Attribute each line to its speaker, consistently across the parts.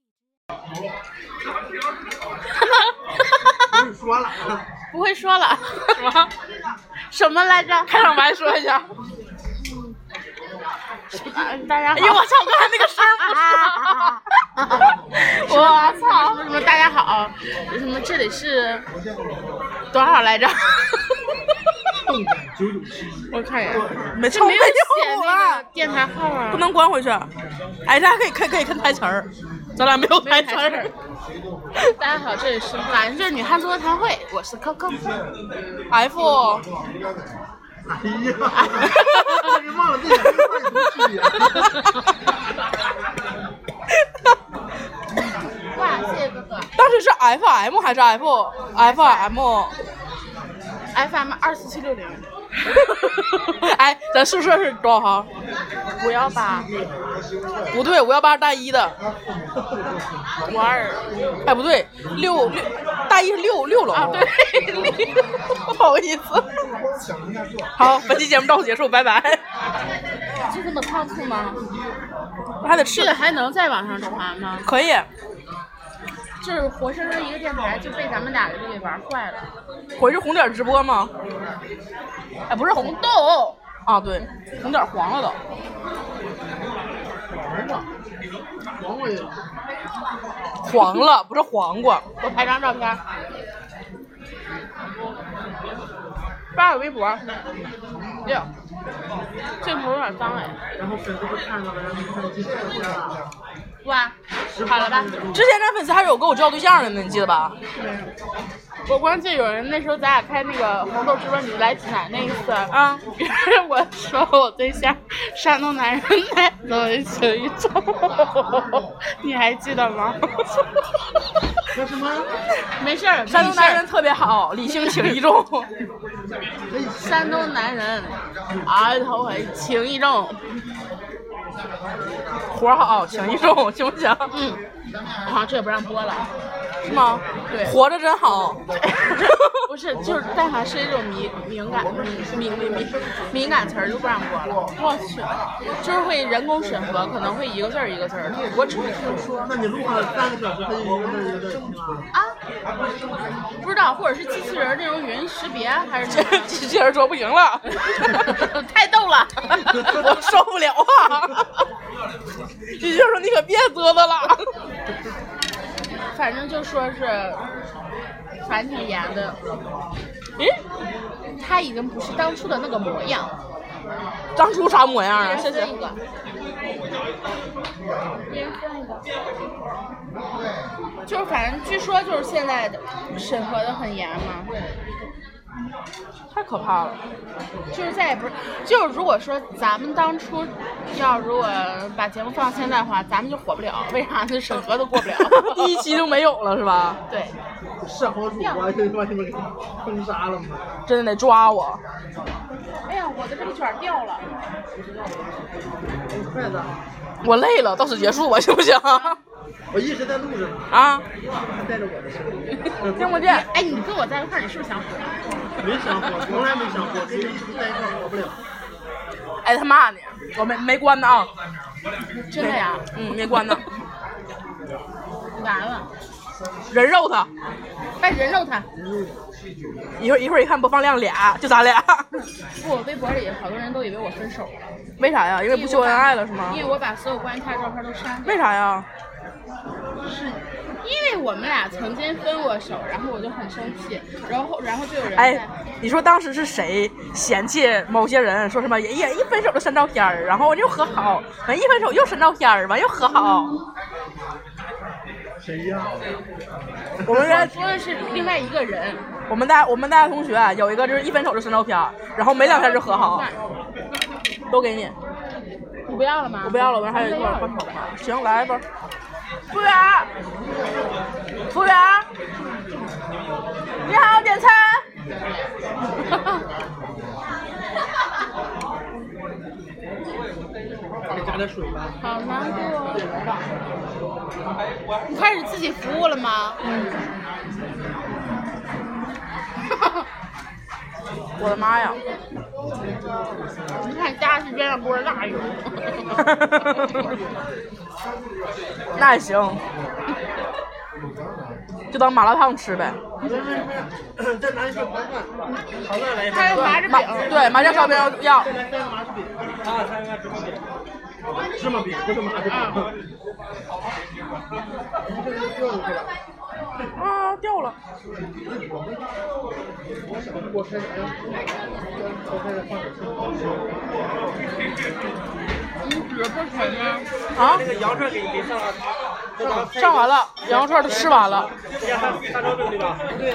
Speaker 1: 头。
Speaker 2: 不是说了啊，
Speaker 1: 不会说了，
Speaker 3: 什么？
Speaker 1: 什么来着？
Speaker 3: 开场白说一下。
Speaker 1: 啊大家
Speaker 3: 哎呦，
Speaker 1: 好
Speaker 3: 我。操！刚才那个 声儿
Speaker 1: 我操！什么大家好？什么这里是多少来着？
Speaker 2: 动感九九七，
Speaker 1: 我看一眼，
Speaker 3: 不是， 没
Speaker 1: 这没有写
Speaker 3: 有
Speaker 1: 那
Speaker 3: 了
Speaker 1: 个，电台号啊。
Speaker 3: 不能关回去。哎，大家可以可以可以看台词儿，咱俩没有台词
Speaker 1: 没有台
Speaker 3: 儿
Speaker 1: 词。大家好，这里是布兰这女汉子座谈会，我是科科。
Speaker 3: F，
Speaker 2: 哎呀， 我给忘了这两个字儿什么区
Speaker 1: 哇，谢谢哥哥。
Speaker 3: 当时是 F M 还是 F F M？
Speaker 1: FM 二四七六零
Speaker 3: 哎，咱宿舍是多少号？
Speaker 1: 五幺八
Speaker 3: 不对，五幺八是大一的。
Speaker 1: 五二
Speaker 3: 哎，不对，六六大一是六六楼
Speaker 1: 啊，对，
Speaker 3: 不好意思。好，本期节目到此结束，拜拜。
Speaker 1: 就这么仓促吗？
Speaker 3: 还得
Speaker 1: 这
Speaker 3: 吃
Speaker 1: 个，还能在网上传吗？
Speaker 3: 可以。
Speaker 1: 就是活生生一个电台就被咱们俩就给玩坏了。
Speaker 3: 回去红点直播吗？哎，不是红
Speaker 1: 红豆，
Speaker 3: 啊，对，红点黄了都。
Speaker 2: 别。王伟，
Speaker 3: 黄了，不是黄瓜。
Speaker 1: 我拍张照片，发我微博。六，这头有点脏哎。
Speaker 2: 然后粉丝就看到了，然后就看今天不了。
Speaker 1: 哇，好了吧？
Speaker 3: 之前咱粉丝还是有跟我照对象的呢，你记得吧？
Speaker 1: 我关键有人那时候咱俩看那个红豆直播，你来济南那一次，
Speaker 3: 啊，
Speaker 1: 别人我说我对象山东男人带走一情一走，你还记得吗？
Speaker 2: 那什么？
Speaker 1: 没事儿，
Speaker 3: 山东男人特别好，理性情意重。
Speaker 1: 没事儿，山东男人儿头很情意重，
Speaker 3: 活儿好，情意重， 行不行？
Speaker 1: 嗯，好像这也不让播了，
Speaker 3: 是吗？
Speaker 1: 对
Speaker 3: 活着真 好。
Speaker 1: 不是，就是但凡是一种敏敏感敏敏敏敏感词儿就不让播了，我去，就是会人工审核，可能会一个字儿一个字儿的，我只会听说。
Speaker 2: 那你录上三个小时，他就一个字儿一个字儿听啊？
Speaker 1: 啊，不知道，或者是机器人儿那种语音识别，还是
Speaker 3: 这机器人说不行了，
Speaker 1: 太逗了。
Speaker 3: 我受不了 啊！机器人说你可别嘚瑟了。
Speaker 1: 反正就说是，反正挺严的。
Speaker 3: 咦，
Speaker 1: 他已经不是当初的那个模样了。
Speaker 3: 当初啥模样啊？谢谢
Speaker 1: 一。个，一人分一个。就是反正据说就是现在的审核的很严嘛，
Speaker 3: 太可怕了。。
Speaker 1: 就是再也不是，就是如果说咱们当初要如果把节目放到现在的话，咱们就火不了，为啥呢？审核都过不了
Speaker 3: 第一期就没有了是吧？
Speaker 1: 对。
Speaker 2: 是好主播就把你们给封杀了吗？
Speaker 3: 真的得抓我。
Speaker 1: 哎呀，我的这个卷儿掉了。
Speaker 2: 你快的，
Speaker 3: 我累了，到此结束吧，行不 行？
Speaker 2: 我一直在录着呢，
Speaker 3: 啊，
Speaker 2: 还带着我的声音。
Speaker 3: 听不见。
Speaker 1: 哎，你跟我在一块儿，你是不是想火？啊
Speaker 2: 没想过，从来没想过，跟人一直在一块儿活不了。
Speaker 3: 哎，他骂你，我没没关呢啊，
Speaker 1: 真的呀？
Speaker 3: 嗯，没关呢，
Speaker 1: 完了，
Speaker 3: 人肉他，
Speaker 1: 哎，人肉他！
Speaker 3: 一会儿一会儿一看播放量俩，就咱俩，
Speaker 1: 我微博里好多人都以为我分手了，
Speaker 3: 为啥呀？因为不秀恩爱了是吗
Speaker 1: 因？为我把所有关于他的照片都删了，
Speaker 3: 为啥呀？
Speaker 1: 因为我们俩曾经分过手，然后我就很生气，然后然后就有人在
Speaker 3: 哎，你说当时是谁嫌弃某些人，说什么也也一分手就删照片儿，然后又和好，完一分手又删照片儿，完又和好，
Speaker 2: 谁呀？
Speaker 3: 我们
Speaker 1: 我
Speaker 3: 在
Speaker 1: 说的是另外一个人，
Speaker 3: 我们大我们大学同学啊有一个就是一分手就删照片儿，然后没两天就和好，都给你，
Speaker 1: 你不要了吗？
Speaker 3: 我不要了，我这还有一
Speaker 1: 个
Speaker 3: 罐换手吧。行，来吧，服务员儿，服务员儿，你好，点餐。
Speaker 2: 给加点水吧。
Speaker 1: 好难过哦。你开始自己服务了吗？
Speaker 3: 我的妈呀！
Speaker 1: 你看家是鸳鸯锅辣 油。
Speaker 3: 那也行，就当麻辣烫吃呗。
Speaker 2: 再拿一份白饭，好再来一
Speaker 1: 还
Speaker 2: 份。
Speaker 1: 有麻子
Speaker 3: 麻
Speaker 1: 饼，
Speaker 3: 对麻酱烧饼要要
Speaker 2: 再来三个麻薯饼。啊，三个芝麻饼。芝麻饼，不是麻薯饼。一个一个掉下去了。
Speaker 3: 啊掉了，
Speaker 2: 我开始，我开始放点
Speaker 1: 你不纯吗？
Speaker 3: 啊
Speaker 4: 那个羊串给给上了，那个
Speaker 3: 上完了，羊肉串都吃完了，
Speaker 4: 大大烧饼对吧？对，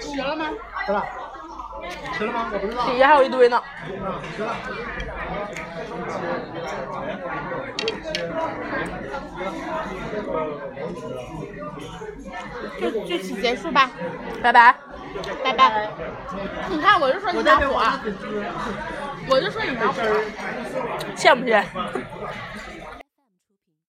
Speaker 1: 学了吗？
Speaker 2: 吃了，吃了吗？我不知道。
Speaker 3: 底下还有一堆呢。
Speaker 2: 吃了。
Speaker 1: 就就此结束吧，
Speaker 3: 拜拜。
Speaker 1: 拜拜。你看，我就说你
Speaker 2: 我在
Speaker 1: 拿啊
Speaker 2: 这
Speaker 1: 火
Speaker 2: 玩
Speaker 1: 啊，我就说你拿火啊。
Speaker 3: 欠不欠？